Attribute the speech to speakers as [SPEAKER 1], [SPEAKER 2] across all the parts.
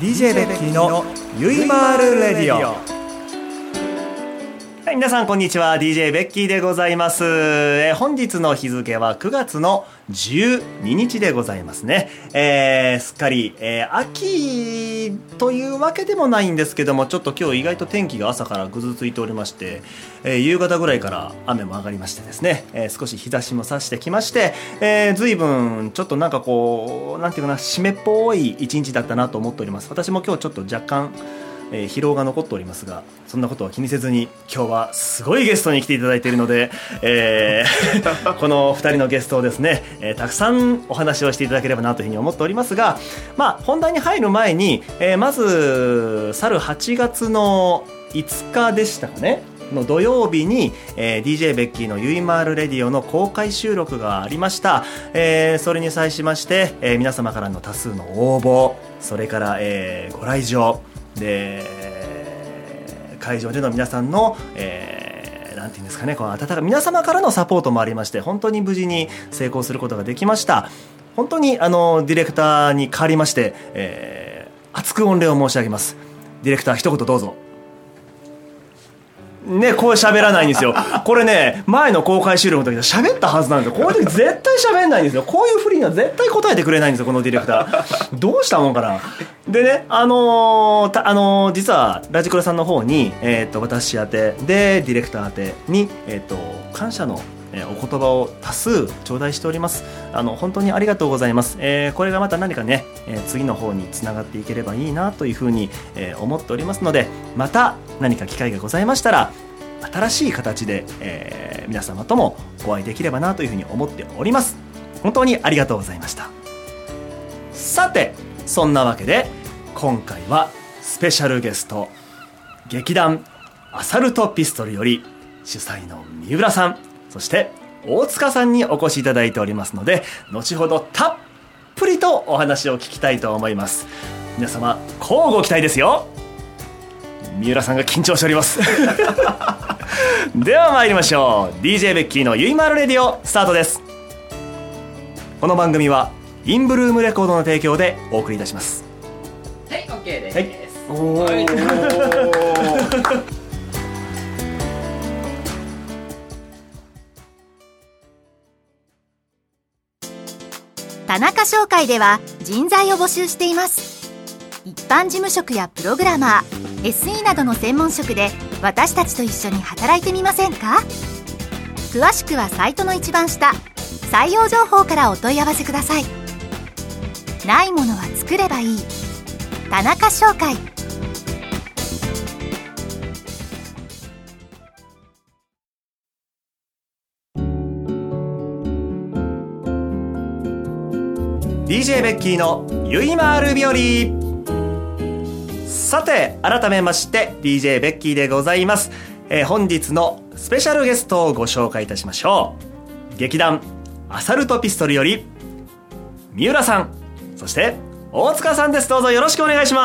[SPEAKER 1] DJ ベッキーのゆいまるレディオはい皆さんこんにちは DJ ベッキーでございます、えー本日の日付は9月の12日でございますねえーすっかり、えー秋というわけでもないんですけどもちょっと今日意外と天気が朝からぐずついておりまして、えー夕方ぐらいから雨も上がりましてですね、えー少し日差しも差してきまして、えー、随分ちょっとなんかこうなんていうかな湿っぽい一日だったなと思っております私も今日ちょっと若干えー疲労が残っておりますがそんなことは気にせずに今日はすごいゲストに来ていただいているので、えーこの2人のゲストをですね、えーたくさんお話をしていただければなというふうに思っておりますが、まあ、本題に入る前に、えーまず去る8月の5日でしたかねの土曜日に、えー DJ ベッキーのゆいまーるレディオの公開収録がありました、えーそれに際しまして、えー皆様からの多数の応募それから、えーご来場でえー会場での皆さんの、えーなんていうんですかねこの温かい皆様からのサポートもありまして本当に無事に成功することができました本当にあのディレクターに代わりまして、えー厚く御礼を申し上げますディレクター一言どうぞね、こう喋らないんですよ。これね、前の公開収録の時と喋ったはずなんですよ。こういう時絶対喋んないんですよ。こういうふりには絶対答えてくれないんですよ、このディレクター。どうしたもんかな。でね、あのーたあのー実は、ラジクラさんの方に、えっ、と、私宛て、で、ディレクター宛てに、えっ、と、感謝の、えーお言葉を多数頂戴しております。あの、本当にありがとうございます。えーこれがまた何かね、えー次の方につながっていければいいなというふうに、えー思っておりますので、また何か機会がございましたら、新しい形で、えー皆様ともお会いできればなというふうに思っております。本当にありがとうございました。さて、そんなわけで、今回はスペシャルゲスト、劇団アサルトピストルより主催の三浦さんそして大塚さんにお越しいただいておりますので後ほどたっぷりとお話を聞きたいと思います皆様乞うご期待ですよ三浦さんが緊張しております では参りましょう DJ ベッキーのゆいまるレディオスタートですこの番組はインブルームレコードの提供でお送りいたします
[SPEAKER 2] はい、OK です。
[SPEAKER 1] はい
[SPEAKER 2] おー
[SPEAKER 3] 田中商会では人材を募集しています一般事務職やプログラマー SE などの専門職で私たちと一緒に働いてみませんか詳しくはサイトの一番下採用情報からお問い合わせくださいないものは作ればいい田中商会
[SPEAKER 1] うん DJ ベッキーのゆいまーる日和さて改めまして DJ ベッキーでございます、えー本日のスペシャルゲストをご紹介いたしましょう劇団アサルトピストルより三浦さんそして大塚さんですどうぞよろしくお願いしま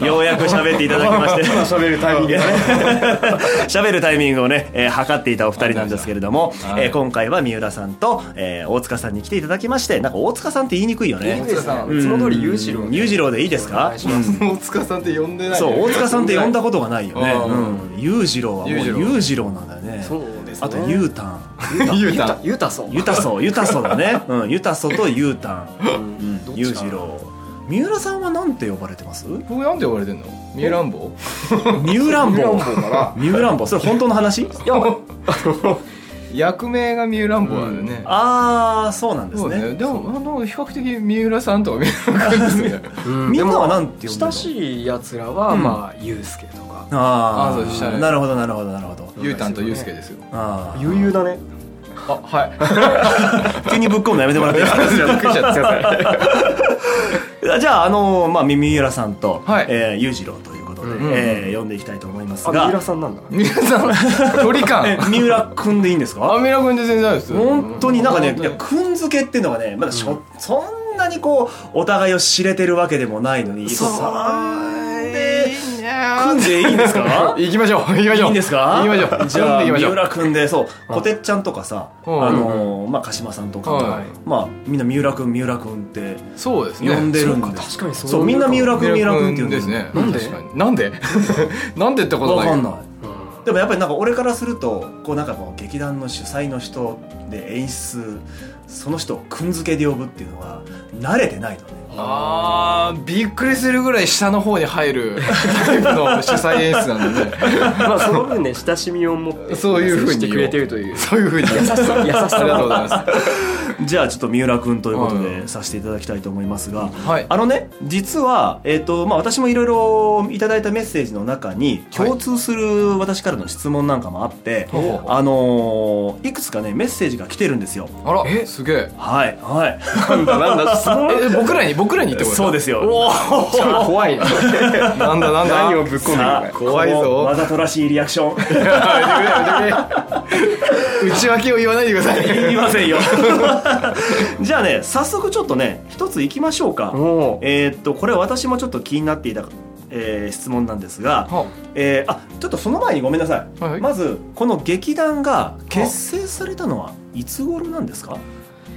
[SPEAKER 1] す ようやく喋っていただきまして
[SPEAKER 4] 喋るタイミングだね。
[SPEAKER 1] 喋るタイミングをね、えー測っていたお二人なんですけれども、
[SPEAKER 4] い
[SPEAKER 1] えー今回は三浦さんと、えー大塚さんに来ていただきましてなんか大塚さんって言いにくいよね
[SPEAKER 4] 大塚さん、いつも通り裕次郎ね。
[SPEAKER 1] 裕次郎でいいですか
[SPEAKER 4] お願いします大塚さんって呼んでない。
[SPEAKER 1] そう大塚さんって呼んだことがないよね
[SPEAKER 4] うん
[SPEAKER 1] うん裕次郎はもう
[SPEAKER 4] 裕次郎
[SPEAKER 1] 裕次郎なんだよね
[SPEAKER 5] そうですね。
[SPEAKER 1] あとゆうたん
[SPEAKER 4] ゆうたん
[SPEAKER 5] ゆうたそう。
[SPEAKER 1] ゆたそゆたそだねうんゆたそとゆうたん
[SPEAKER 5] うん
[SPEAKER 1] 裕次。郎三浦さんはなんて呼ばれてます
[SPEAKER 4] 僕なんで呼ばれてんの？ミュランボ？
[SPEAKER 1] 三浦ん
[SPEAKER 4] ミュラン
[SPEAKER 1] ぼ
[SPEAKER 4] ボか
[SPEAKER 1] 三浦んぼそれ本当の話
[SPEAKER 5] いや、
[SPEAKER 4] な。役名がミュランボなんでね。
[SPEAKER 1] ああそうなんです
[SPEAKER 4] そうね。
[SPEAKER 1] ね
[SPEAKER 4] でもあの比較的三浦さんとか三浦 君ですね。
[SPEAKER 1] みんなはなんて呼んでるの
[SPEAKER 5] 親しい奴らは、
[SPEAKER 1] うん
[SPEAKER 5] まあ、ゆうすけとか。
[SPEAKER 1] あ
[SPEAKER 4] あそうした
[SPEAKER 1] あ
[SPEAKER 4] ね
[SPEAKER 1] なるほどなるほどなるほど
[SPEAKER 4] ゆうたんとゆうすけですよ。
[SPEAKER 1] ああ
[SPEAKER 5] 悠々だね。
[SPEAKER 4] あ はい。
[SPEAKER 1] 急にぶっ込むのやめてもらっていいですか
[SPEAKER 4] びっくりしちゃった。
[SPEAKER 1] じゃあ、あのーまあ、三浦さんと、
[SPEAKER 4] はい
[SPEAKER 1] えー裕次郎ということで、
[SPEAKER 5] うん
[SPEAKER 1] えー呼んでいきたいと思います
[SPEAKER 5] あ、三浦
[SPEAKER 1] が
[SPEAKER 5] さんなんだ。
[SPEAKER 4] 三浦さん、距離
[SPEAKER 1] え
[SPEAKER 4] 感。
[SPEAKER 1] 三浦くんでいいんです
[SPEAKER 4] あ
[SPEAKER 1] か
[SPEAKER 4] 三浦君で全然大丈夫ですよ。
[SPEAKER 1] 本当になんかね、いや
[SPEAKER 4] 本
[SPEAKER 1] くん付けっていうのがねまだしょ、そんなにこうお互いを知れてるわけでもないのに
[SPEAKER 5] そう
[SPEAKER 1] そんで
[SPEAKER 4] 当
[SPEAKER 1] 組ん
[SPEAKER 4] にいいねよ
[SPEAKER 1] でいいんですか
[SPEAKER 4] 行きましょう行きましょう
[SPEAKER 1] いいんですか
[SPEAKER 4] 行きましょう
[SPEAKER 1] じゃあ
[SPEAKER 4] 行きま
[SPEAKER 1] 三
[SPEAKER 4] しょう
[SPEAKER 1] 浦君でそうこてっちゃんとかさ、
[SPEAKER 4] うん
[SPEAKER 1] あのーまあ、鹿島さんとか、
[SPEAKER 4] はい
[SPEAKER 1] まあ、みんな三浦君三浦君って
[SPEAKER 4] そうですね
[SPEAKER 1] 呼んでるん
[SPEAKER 5] そう
[SPEAKER 1] で
[SPEAKER 5] か
[SPEAKER 1] す
[SPEAKER 5] 確かにそう
[SPEAKER 1] そうみんな三浦君三浦君って言うん
[SPEAKER 4] で
[SPEAKER 1] ですす
[SPEAKER 4] ね
[SPEAKER 5] なんで
[SPEAKER 4] 確かになんで なんでってこと
[SPEAKER 1] わ
[SPEAKER 4] ない
[SPEAKER 1] かんない
[SPEAKER 5] うん
[SPEAKER 1] でもやっぱりなんか俺からするとこうなんかこう劇団の主催の人で演出その人をくんづけで呼ぶっていうのは慣れてないのね
[SPEAKER 4] あーびっくりするぐらい下の方に入るタイプの主催演出なん でね
[SPEAKER 5] まあその分ね親しみを持って
[SPEAKER 4] そういうふうに
[SPEAKER 5] してくれてるという
[SPEAKER 4] そういうふうに優し
[SPEAKER 5] さ優しさ
[SPEAKER 4] ありがとうございま
[SPEAKER 1] じゃあちょっと三浦君ということ
[SPEAKER 4] う
[SPEAKER 1] でさせていただきたいと思いますが、
[SPEAKER 4] すはい
[SPEAKER 1] あのね実は、えっとまあ、私もいろいろいただいたメッセージの中に
[SPEAKER 4] はい
[SPEAKER 1] 共通する私からの質問なんかもあって、
[SPEAKER 4] ほうほう
[SPEAKER 1] あのーいくつかねメッセージが来てるんですよ
[SPEAKER 4] あらえすげえ
[SPEAKER 1] はい はい
[SPEAKER 5] なんだなんだ質問
[SPEAKER 4] え 僕らに僕らにってこと
[SPEAKER 1] そうですよ
[SPEAKER 5] 怖いな
[SPEAKER 4] なんだなんだ
[SPEAKER 5] 何をぶっ込んで
[SPEAKER 1] さあ
[SPEAKER 5] るのか
[SPEAKER 4] 怖いぞ
[SPEAKER 1] このわざとらしいリアクション
[SPEAKER 4] 内訳を言わないでください
[SPEAKER 1] 言いませんよ じゃあね早速ちょっとね一ついきましょうか
[SPEAKER 5] も
[SPEAKER 1] えーっとこれ私もちょっと気になっていた、えー質問なんですが、
[SPEAKER 4] は
[SPEAKER 1] えーあちょっとその前にごめんなさい、
[SPEAKER 4] はいはい
[SPEAKER 1] まずこの劇団が結成されたのはいつ頃なんですか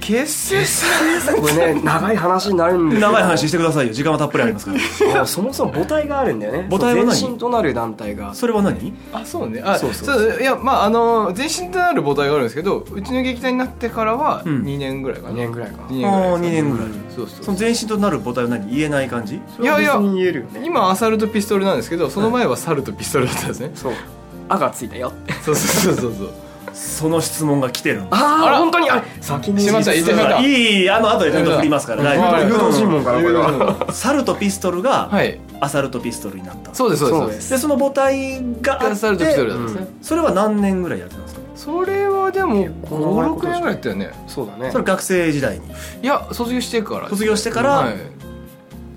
[SPEAKER 4] 結成さ
[SPEAKER 5] うこれね長い話になるんですよ
[SPEAKER 1] 長い話してくださいよ時間はたっぷりありますから
[SPEAKER 5] もうそもそも母体があるんだよね
[SPEAKER 1] 母体は何
[SPEAKER 5] そう前身となる団体が
[SPEAKER 1] それは何
[SPEAKER 4] あそうねあ
[SPEAKER 5] そうそうそ
[SPEAKER 4] いやまああの前身となる母体があるんですけどうちの劇団になってからは
[SPEAKER 1] うん
[SPEAKER 4] 2年ぐらいか
[SPEAKER 5] 2
[SPEAKER 4] な、
[SPEAKER 5] 年ぐらいか
[SPEAKER 4] 二
[SPEAKER 5] な
[SPEAKER 4] 年ぐらい
[SPEAKER 1] あー二年ぐらい
[SPEAKER 4] そうそう
[SPEAKER 1] その前身となる母体は何言えない感じ
[SPEAKER 5] それは別に言えるよね
[SPEAKER 4] 今アサルトピストルなんですけどその前はサルとピストルだったんですね、
[SPEAKER 5] そう「あ」がついたよ
[SPEAKER 4] そうそうそうそう
[SPEAKER 1] その質問が来てるの
[SPEAKER 5] あ
[SPEAKER 4] あら
[SPEAKER 5] あ本当にあれ先に
[SPEAKER 4] しました言ってました
[SPEAKER 1] いいいいあの後でちゃんと振りますから
[SPEAKER 4] はい
[SPEAKER 1] 大丈
[SPEAKER 5] 誘
[SPEAKER 1] 夫
[SPEAKER 5] 導尋問かなこれは
[SPEAKER 4] は
[SPEAKER 1] サルとピストルが
[SPEAKER 4] い
[SPEAKER 1] アサルトピストルになった
[SPEAKER 4] そうですそうです
[SPEAKER 1] でその母体があ
[SPEAKER 4] ア
[SPEAKER 1] っ
[SPEAKER 4] サルトピストル
[SPEAKER 1] て
[SPEAKER 4] だったんですね、
[SPEAKER 1] それは何年ぐらいやってたんですか
[SPEAKER 4] それはでも56年ぐらいやったよね
[SPEAKER 5] そうだね
[SPEAKER 1] それ学生時代に
[SPEAKER 4] いや卒業してから
[SPEAKER 1] 卒業してから、
[SPEAKER 4] はい、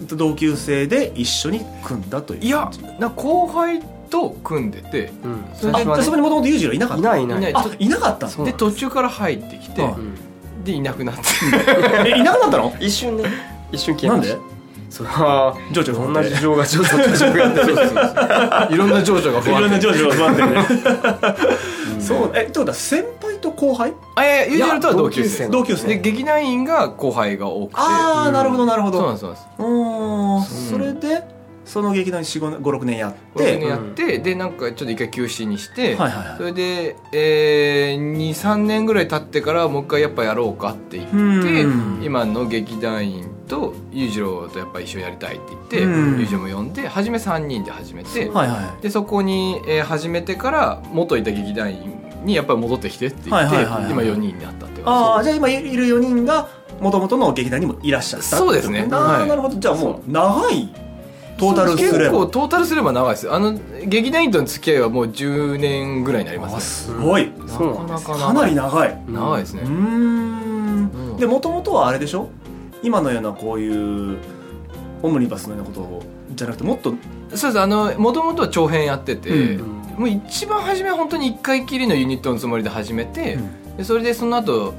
[SPEAKER 1] 同級生で一緒に組んだという
[SPEAKER 4] いやなんか後輩と組んでて
[SPEAKER 5] うん
[SPEAKER 4] それ
[SPEAKER 5] 最
[SPEAKER 4] で
[SPEAKER 1] あ
[SPEAKER 5] 初は
[SPEAKER 1] そこ
[SPEAKER 5] ね
[SPEAKER 1] にもともと裕次郎いなかった
[SPEAKER 5] いないいない
[SPEAKER 4] いない
[SPEAKER 1] あいなかった
[SPEAKER 5] そう
[SPEAKER 4] で途中から入ってきて、
[SPEAKER 1] は
[SPEAKER 5] うん
[SPEAKER 4] でいなくなって
[SPEAKER 1] えいなくなったの
[SPEAKER 5] 一瞬ね一瞬消
[SPEAKER 1] な
[SPEAKER 5] え
[SPEAKER 1] ん
[SPEAKER 5] まし
[SPEAKER 1] で
[SPEAKER 5] たそれは
[SPEAKER 1] 情緒
[SPEAKER 5] ど
[SPEAKER 1] 不
[SPEAKER 5] ん
[SPEAKER 1] 安
[SPEAKER 5] な
[SPEAKER 1] 定
[SPEAKER 5] 事情がちょっと多少があって
[SPEAKER 4] そうそうそういろんな情緒が
[SPEAKER 1] い
[SPEAKER 4] 不
[SPEAKER 1] ろん
[SPEAKER 4] 安
[SPEAKER 1] な
[SPEAKER 4] 定
[SPEAKER 1] 情緒が不安定ね そうえってことは先輩と後輩
[SPEAKER 4] あいやいやユージャルとは同級
[SPEAKER 5] い
[SPEAKER 4] 生
[SPEAKER 5] や
[SPEAKER 1] 同級
[SPEAKER 4] で
[SPEAKER 1] 生
[SPEAKER 4] 劇団員が後輩が多くて
[SPEAKER 1] ああなるほどなるほ
[SPEAKER 4] そうなん
[SPEAKER 1] ど
[SPEAKER 4] ですそうなんです
[SPEAKER 1] うーん
[SPEAKER 4] う
[SPEAKER 1] そ
[SPEAKER 4] ん
[SPEAKER 1] れでその劇団に56年やっ
[SPEAKER 4] で
[SPEAKER 1] て
[SPEAKER 4] やって、でなんかちょっと一回休止にして、
[SPEAKER 1] はいはいはい
[SPEAKER 4] それで、えー、23年ぐらい経ってからもう一回やっぱやろうかって言って、
[SPEAKER 1] うん
[SPEAKER 4] 今の劇団員と裕次郎とやっぱ一緒にやりたいって言って
[SPEAKER 1] うん
[SPEAKER 4] 裕次郎も呼んで初め3人で始めて、
[SPEAKER 1] はいは
[SPEAKER 4] でそこに、えー始めてから元いた劇団員にやっぱり戻ってきてって言って、
[SPEAKER 1] はいはいはいはい
[SPEAKER 4] 今4人になったって
[SPEAKER 1] いあ
[SPEAKER 4] 感
[SPEAKER 1] あじゃあ今いる4人がもともとの劇団にもいらっしゃった
[SPEAKER 4] そうですね
[SPEAKER 1] な
[SPEAKER 4] はい
[SPEAKER 1] なるほどじゃあもう長いトータル
[SPEAKER 4] じ
[SPEAKER 1] すれ
[SPEAKER 4] 結構
[SPEAKER 1] ば
[SPEAKER 4] トータルすれば長いですあの劇団員との付き合いはもう10年ぐらいになりま
[SPEAKER 1] あ
[SPEAKER 4] す
[SPEAKER 1] すごい
[SPEAKER 4] ね
[SPEAKER 5] そうなん
[SPEAKER 4] なかなか
[SPEAKER 1] かなり長い
[SPEAKER 4] 長いですね、
[SPEAKER 1] うーん
[SPEAKER 4] うん
[SPEAKER 1] でもともとはあれでしょ今のようなこういうオムニバスのようなことをじゃなくてもっと
[SPEAKER 4] そうですあのもともとは長編やってて、
[SPEAKER 1] う
[SPEAKER 4] もう一番初めは本当に1回きりのユニットのつもりで始めて、でそれでその後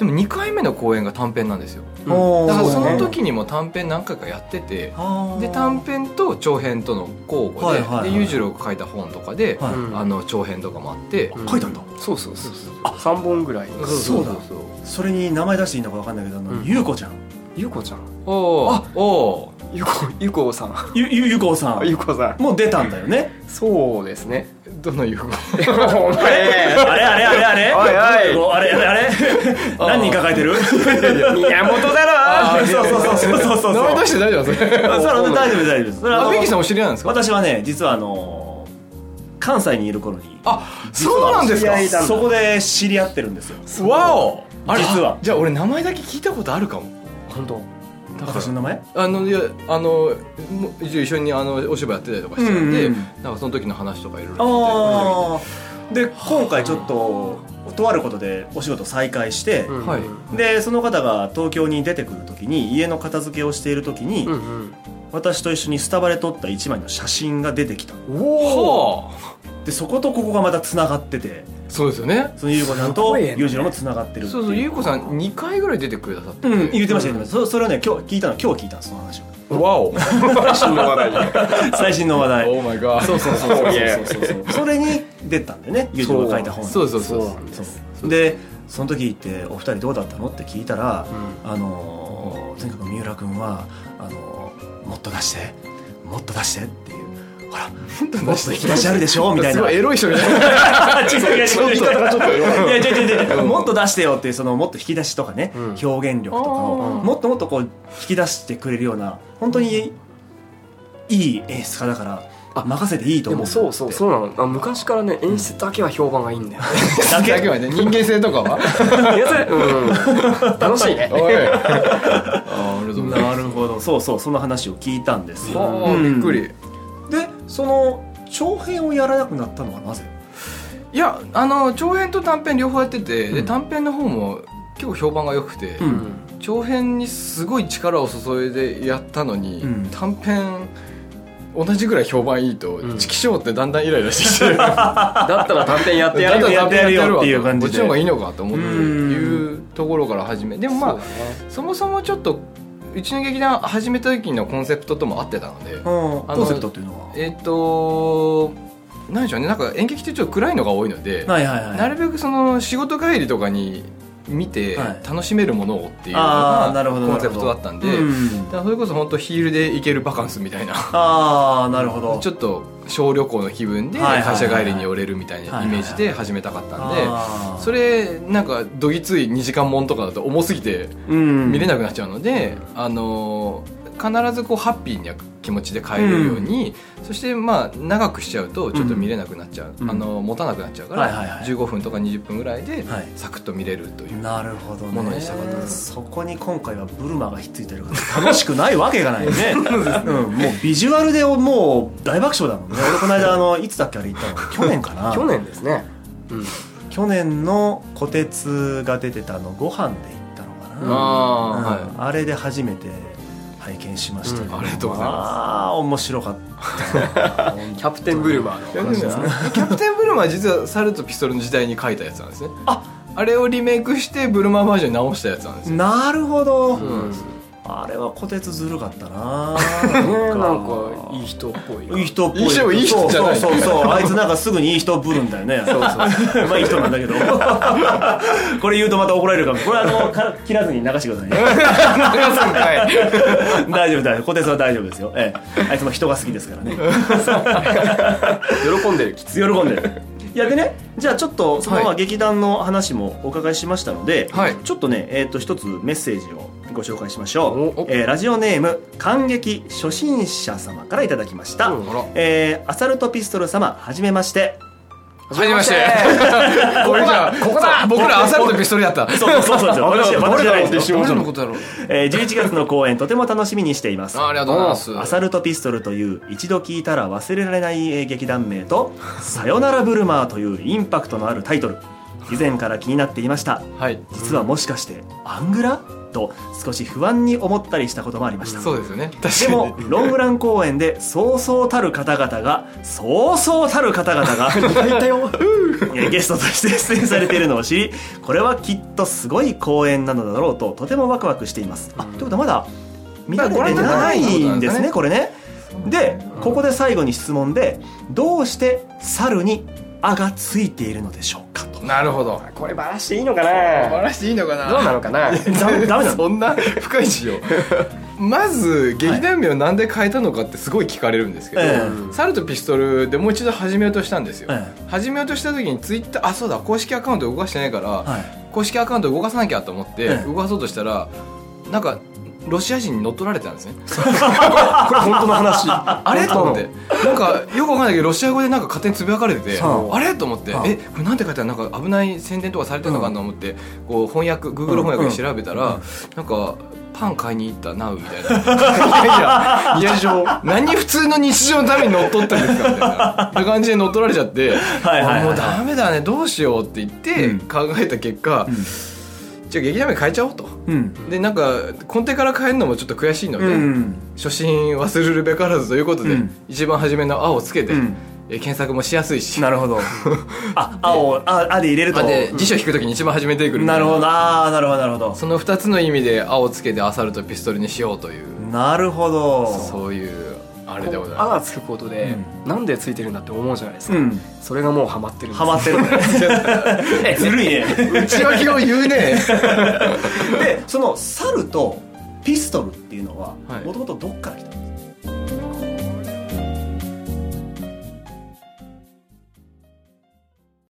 [SPEAKER 4] でも2回目の公演が短編なんですよ
[SPEAKER 5] うん
[SPEAKER 1] おー
[SPEAKER 4] だからそ
[SPEAKER 1] そうだ
[SPEAKER 4] の
[SPEAKER 1] ね
[SPEAKER 4] 時にも短編何回かやってて、
[SPEAKER 1] あー
[SPEAKER 4] で短編と長編との交互で,、
[SPEAKER 1] はいはいはい
[SPEAKER 4] で裕次郎が書いた本とかで、
[SPEAKER 1] はい
[SPEAKER 5] うん
[SPEAKER 4] あの長編とかもあって、
[SPEAKER 5] うん
[SPEAKER 1] 書いたんだ
[SPEAKER 5] そうそうそうそうあ三本ぐらい
[SPEAKER 1] そうだ
[SPEAKER 4] そう
[SPEAKER 1] それに名前出していいのか分かんないけどあの
[SPEAKER 5] うん
[SPEAKER 1] ゆうこちゃん
[SPEAKER 5] ゆうこちゃん
[SPEAKER 4] おーおー
[SPEAKER 5] ゆうこゆうこさん
[SPEAKER 1] ゆゆゆこさん
[SPEAKER 5] ゆうこさん
[SPEAKER 1] もう出たんだよね
[SPEAKER 5] そうですね
[SPEAKER 4] どの言うか
[SPEAKER 5] お前
[SPEAKER 1] あれあれあれあれ
[SPEAKER 5] おいおい
[SPEAKER 1] もうあれあれあれ何人抱えてるあーそうそうそうそうそ
[SPEAKER 5] 源だろ
[SPEAKER 1] うそう
[SPEAKER 4] 名前出して大丈夫なんですか
[SPEAKER 1] あそれは大丈夫大丈夫です それはあの
[SPEAKER 4] あペギーさんお知り合いなんですか
[SPEAKER 1] 私はね実はあの関西にいる頃に
[SPEAKER 4] あそうなんです
[SPEAKER 5] 実は知り
[SPEAKER 4] か
[SPEAKER 5] 合いだ
[SPEAKER 1] そこで知り合ってるんですよ
[SPEAKER 4] わおあれ
[SPEAKER 1] 実は
[SPEAKER 4] じゃあ俺名前だけ聞いたことあるかも
[SPEAKER 5] 本当
[SPEAKER 4] だから
[SPEAKER 1] 私の名前
[SPEAKER 4] あのいやあのもう一緒にあのお芝居やってたりとかしてたんで、
[SPEAKER 1] うんうん
[SPEAKER 4] なんかその時の話とかいろいろ聞い
[SPEAKER 1] ああで今回ちょっととあることでお仕事再開して、
[SPEAKER 5] うん
[SPEAKER 4] はい
[SPEAKER 1] でその方が東京に出てくる時に家の片付けをしている時に、
[SPEAKER 5] うん
[SPEAKER 1] 私と一緒にスタバで撮った一枚の写真が出てきた
[SPEAKER 5] うん
[SPEAKER 4] たりとかは
[SPEAKER 1] でそことここがまたつながってて
[SPEAKER 4] そうですよね
[SPEAKER 1] そのゆうこさん
[SPEAKER 2] す
[SPEAKER 1] と
[SPEAKER 2] ごいね
[SPEAKER 1] 裕次郎もつながってるってい
[SPEAKER 4] そうそうゆうこさん2回ぐらい出てくださって
[SPEAKER 1] うん言ってました言ってましたそそれをね今日聞いたの今日聞いたのその 話を
[SPEAKER 4] わお
[SPEAKER 5] 新の話題に
[SPEAKER 1] 最新の話題
[SPEAKER 4] オーマイガー
[SPEAKER 1] そうそうそうそう
[SPEAKER 5] Oh, yeah.
[SPEAKER 1] そうそうそうそれに出たんだよね裕次郎が書いた本に
[SPEAKER 4] そうそうそう
[SPEAKER 5] そうなんです
[SPEAKER 1] でその時ってお二人どうだったのって聞いたら、
[SPEAKER 5] う
[SPEAKER 1] あのーとにかく三浦君はあのーもっと出してもっと出してっていうほらもっと引き出しあるでしょみたい
[SPEAKER 4] す
[SPEAKER 1] な
[SPEAKER 4] ごいエロい人みたいな
[SPEAKER 1] 違う違う違う
[SPEAKER 5] そういう言い方がちょっとエロい
[SPEAKER 1] いや違う違う違うもっと出してよっていうそのもっと引き出しとかね、
[SPEAKER 5] うん
[SPEAKER 1] 表現力とかを
[SPEAKER 4] あー
[SPEAKER 1] もっともっとこう引き出してくれるような本当にいい演出家だから
[SPEAKER 5] あ
[SPEAKER 1] 任せていいと
[SPEAKER 5] で
[SPEAKER 1] 思う
[SPEAKER 5] もそうそうそうなのあ昔からね演出だけは評判がいいんだよね
[SPEAKER 1] だけ
[SPEAKER 4] だけはね人間性とかは
[SPEAKER 5] いやそれうん楽しいね
[SPEAKER 4] おいあーありがとうございま
[SPEAKER 1] なるほどそうそうその話を聞いたんです
[SPEAKER 4] す
[SPEAKER 1] よ
[SPEAKER 4] あーびっくり
[SPEAKER 1] でその長編をやらなくなったのはな ぜ
[SPEAKER 4] いやあの長編と短編両方やってて、
[SPEAKER 1] う
[SPEAKER 4] で
[SPEAKER 1] ん
[SPEAKER 4] 短編の方も結構評判が良くて、
[SPEAKER 1] う
[SPEAKER 5] うんん
[SPEAKER 4] 長編にすごい力を注いでやったのに、
[SPEAKER 1] うん
[SPEAKER 4] 短編同じぐらい評判いいと、
[SPEAKER 5] うん
[SPEAKER 4] チキショーってだんだんイライラしてきてだ
[SPEAKER 5] だったら短編やってや
[SPEAKER 1] るよ
[SPEAKER 5] るよ
[SPEAKER 1] やってやるよっていう感じで
[SPEAKER 4] こっちの方がいいのかと思って
[SPEAKER 1] うん
[SPEAKER 4] いうところから始めでもまあそ,、もそもちょっとうちの劇団始めた時のコンセプトとも合ってたので、
[SPEAKER 1] コ
[SPEAKER 4] あの
[SPEAKER 1] ンセプトっていうのは
[SPEAKER 4] えっ、と何でしょうねなんか演劇ってちょっと暗いのが多いので、
[SPEAKER 1] はいはいはい
[SPEAKER 4] なるべくその仕事帰りとかに見て
[SPEAKER 1] はい
[SPEAKER 4] 楽しめるものをっていうの
[SPEAKER 1] あーな
[SPEAKER 4] が
[SPEAKER 1] るほど
[SPEAKER 4] コ
[SPEAKER 1] なる
[SPEAKER 4] ンセ
[SPEAKER 1] ほ
[SPEAKER 4] プ
[SPEAKER 1] ど
[SPEAKER 4] トだったんで、
[SPEAKER 1] うん
[SPEAKER 4] だからそれこそ本当ヒールで行けるバカンスみたいな
[SPEAKER 1] ああなるほど
[SPEAKER 4] ちょっと小旅行の気分で
[SPEAKER 1] はいはいはい
[SPEAKER 4] 会社帰りに寄れるみたいなイメージで始めたかったんで。
[SPEAKER 1] あー
[SPEAKER 4] それなんかどぎつい2時間もんとかだと重すぎて
[SPEAKER 1] うん
[SPEAKER 4] 見れなくなっちゃうので、あのー必ずこうハッピーな気持ちで帰れるように、そしてまあ長くしちゃうとちょっと見れなくなっちゃう、
[SPEAKER 1] うん
[SPEAKER 4] あのー持たなくなっちゃうから、
[SPEAKER 1] はいはいはい
[SPEAKER 4] 15分とか20分ぐらいで
[SPEAKER 1] はい
[SPEAKER 4] サクッと見れるという、
[SPEAKER 1] なるほどね
[SPEAKER 4] ものにしたかったです
[SPEAKER 1] そこに今回はブルマがひっついてるから楽しくないわけがないね うん、もうビジュアルでもう大爆笑だもんね俺この間あのいつだっけあれ行ったの去年か な
[SPEAKER 5] 去年ですね
[SPEAKER 1] 去年の虎鉄が出てたのご飯で行ったのかな、うん
[SPEAKER 4] あー
[SPEAKER 1] あれで初めて拝見しましたけど、
[SPEAKER 4] うんありがとうございます
[SPEAKER 1] あー面白かった
[SPEAKER 5] キ ャプテンブルマ
[SPEAKER 4] キ
[SPEAKER 5] ー
[SPEAKER 4] ャプテンブルマ キャプテンブルマは実は猿とピストルの時代に書いたやつなんですねああれをリメイクしてブルマバージョンに直したやつなんですよ
[SPEAKER 1] なるほど、
[SPEAKER 5] のうんね
[SPEAKER 1] あれは虎鉄ずるかった な
[SPEAKER 5] なんかいい人っぽい
[SPEAKER 1] いい 人っぽい
[SPEAKER 4] いい人いい人じゃない
[SPEAKER 1] そうそうそうそうあいつなんかすぐにいい人ぶるんだよね まあいい人なんだけどこれ言うとまた怒られるかもこれあのか切らずに流してくださいね 大丈夫大丈夫虎鉄は大丈夫ですよ、ええ、あいつも人が好きですからね
[SPEAKER 5] 喜んでるきつい
[SPEAKER 1] 喜んでるいやでねじゃあちょっとそのまあ
[SPEAKER 4] はい
[SPEAKER 1] 劇団の話もお伺いしましたので、
[SPEAKER 4] はい
[SPEAKER 1] ちょっとね、えー、と一つメッセージをご紹介しましょう
[SPEAKER 5] お、お
[SPEAKER 1] えーラジオネーム感激初心者様からいただきました、
[SPEAKER 5] うん
[SPEAKER 4] あら
[SPEAKER 1] えーアサルトピストル様はじめまして
[SPEAKER 4] はじめまして ここだここだ僕ら朝とピストルやった
[SPEAKER 1] そうそうそうそう 私私じゃないですよ、
[SPEAKER 4] 誰のことだろう
[SPEAKER 1] えー、11月の公演とても楽しみにしています
[SPEAKER 4] あありがとうございます
[SPEAKER 1] アサルトピストルという一度聞いたら忘れられないえー劇団名と「さよならブルマー」というインパクトのあるタイトル以前から気になっていました
[SPEAKER 4] はい
[SPEAKER 1] 実はもしかしてアングラと少し不安に思ったりしたこともありました
[SPEAKER 4] そうですよね確
[SPEAKER 1] でもロングラン公演でそうそうたる方々がそうそうたる方々が えゲストとして出演されているのを知りこれはきっとすごい公演なのだろうととてもワクワクしていますあということはまだ見られてないんですねこれねでここで最後に質問でどうして猿に「あ」がついているのでしょうかと
[SPEAKER 4] なるほど
[SPEAKER 5] これバラしていいのか
[SPEAKER 4] バ
[SPEAKER 5] な
[SPEAKER 4] ラしていいのかな
[SPEAKER 5] どうなのかな
[SPEAKER 1] ダメダメなの
[SPEAKER 4] そんな深い事情まず劇団名をなんで変えたのかってすごい聞かれるんですけど、
[SPEAKER 1] え
[SPEAKER 5] え
[SPEAKER 4] サルとピストルでもう一度始めようとしたんですよ、
[SPEAKER 1] え
[SPEAKER 4] 始めようとした時にツイッターあそうだ公式アカウント動かしてないから、
[SPEAKER 1] はい
[SPEAKER 4] 公式アカウント動かさなきゃと思って
[SPEAKER 1] ええ
[SPEAKER 4] 動かそうとしたらなんかロシア人に乗っ取られてたんですね
[SPEAKER 5] これ本当の話
[SPEAKER 4] あれと思ってなんかよくわかんないけどロシア語でなんか勝手につぶやかれてて
[SPEAKER 1] は
[SPEAKER 4] あれと思って
[SPEAKER 1] はあ
[SPEAKER 4] えこれなんて書いてあるなんか危ない宣伝とかされてるのかなと思ってこう翻訳 Google 翻訳で調べたらなんかパン買いに行ったなうみたい ないやいや日常何普通の日常のために乗っ取ってるんですかみたいなって感じで乗っ取られちゃって
[SPEAKER 1] はいはいはい
[SPEAKER 4] あもうダメだねどうしようって言って
[SPEAKER 1] うん
[SPEAKER 4] 考えた結果じゃあ劇団名変えちゃおうと
[SPEAKER 1] うん
[SPEAKER 4] でなんか根底から変えるのもちょっと悔しいの
[SPEAKER 1] う
[SPEAKER 4] で
[SPEAKER 1] ん
[SPEAKER 4] 初心忘れるべからずということで、
[SPEAKER 1] うん
[SPEAKER 4] 一番初めの「あ」をつけて、
[SPEAKER 1] うん
[SPEAKER 4] えー検索もしやすいし
[SPEAKER 1] なる ほどああをああで入れると
[SPEAKER 4] あで辞書引くときに一番初めてくるみた
[SPEAKER 1] ないるほどななるほどなるほど
[SPEAKER 4] その2つの意味で「青」つけてアサルトピストルにしようという
[SPEAKER 1] なるほど
[SPEAKER 4] そういうあれでござい
[SPEAKER 5] あ
[SPEAKER 4] ま
[SPEAKER 5] がつくことで、なんでついてるんだって思うじゃないですか、
[SPEAKER 1] うん
[SPEAKER 5] それがもうハマってるんです
[SPEAKER 1] ハマってる ずるいね
[SPEAKER 4] す内訳を言うね
[SPEAKER 1] でその猿とピストルっていうのは
[SPEAKER 4] はい
[SPEAKER 1] もともとどっから来たの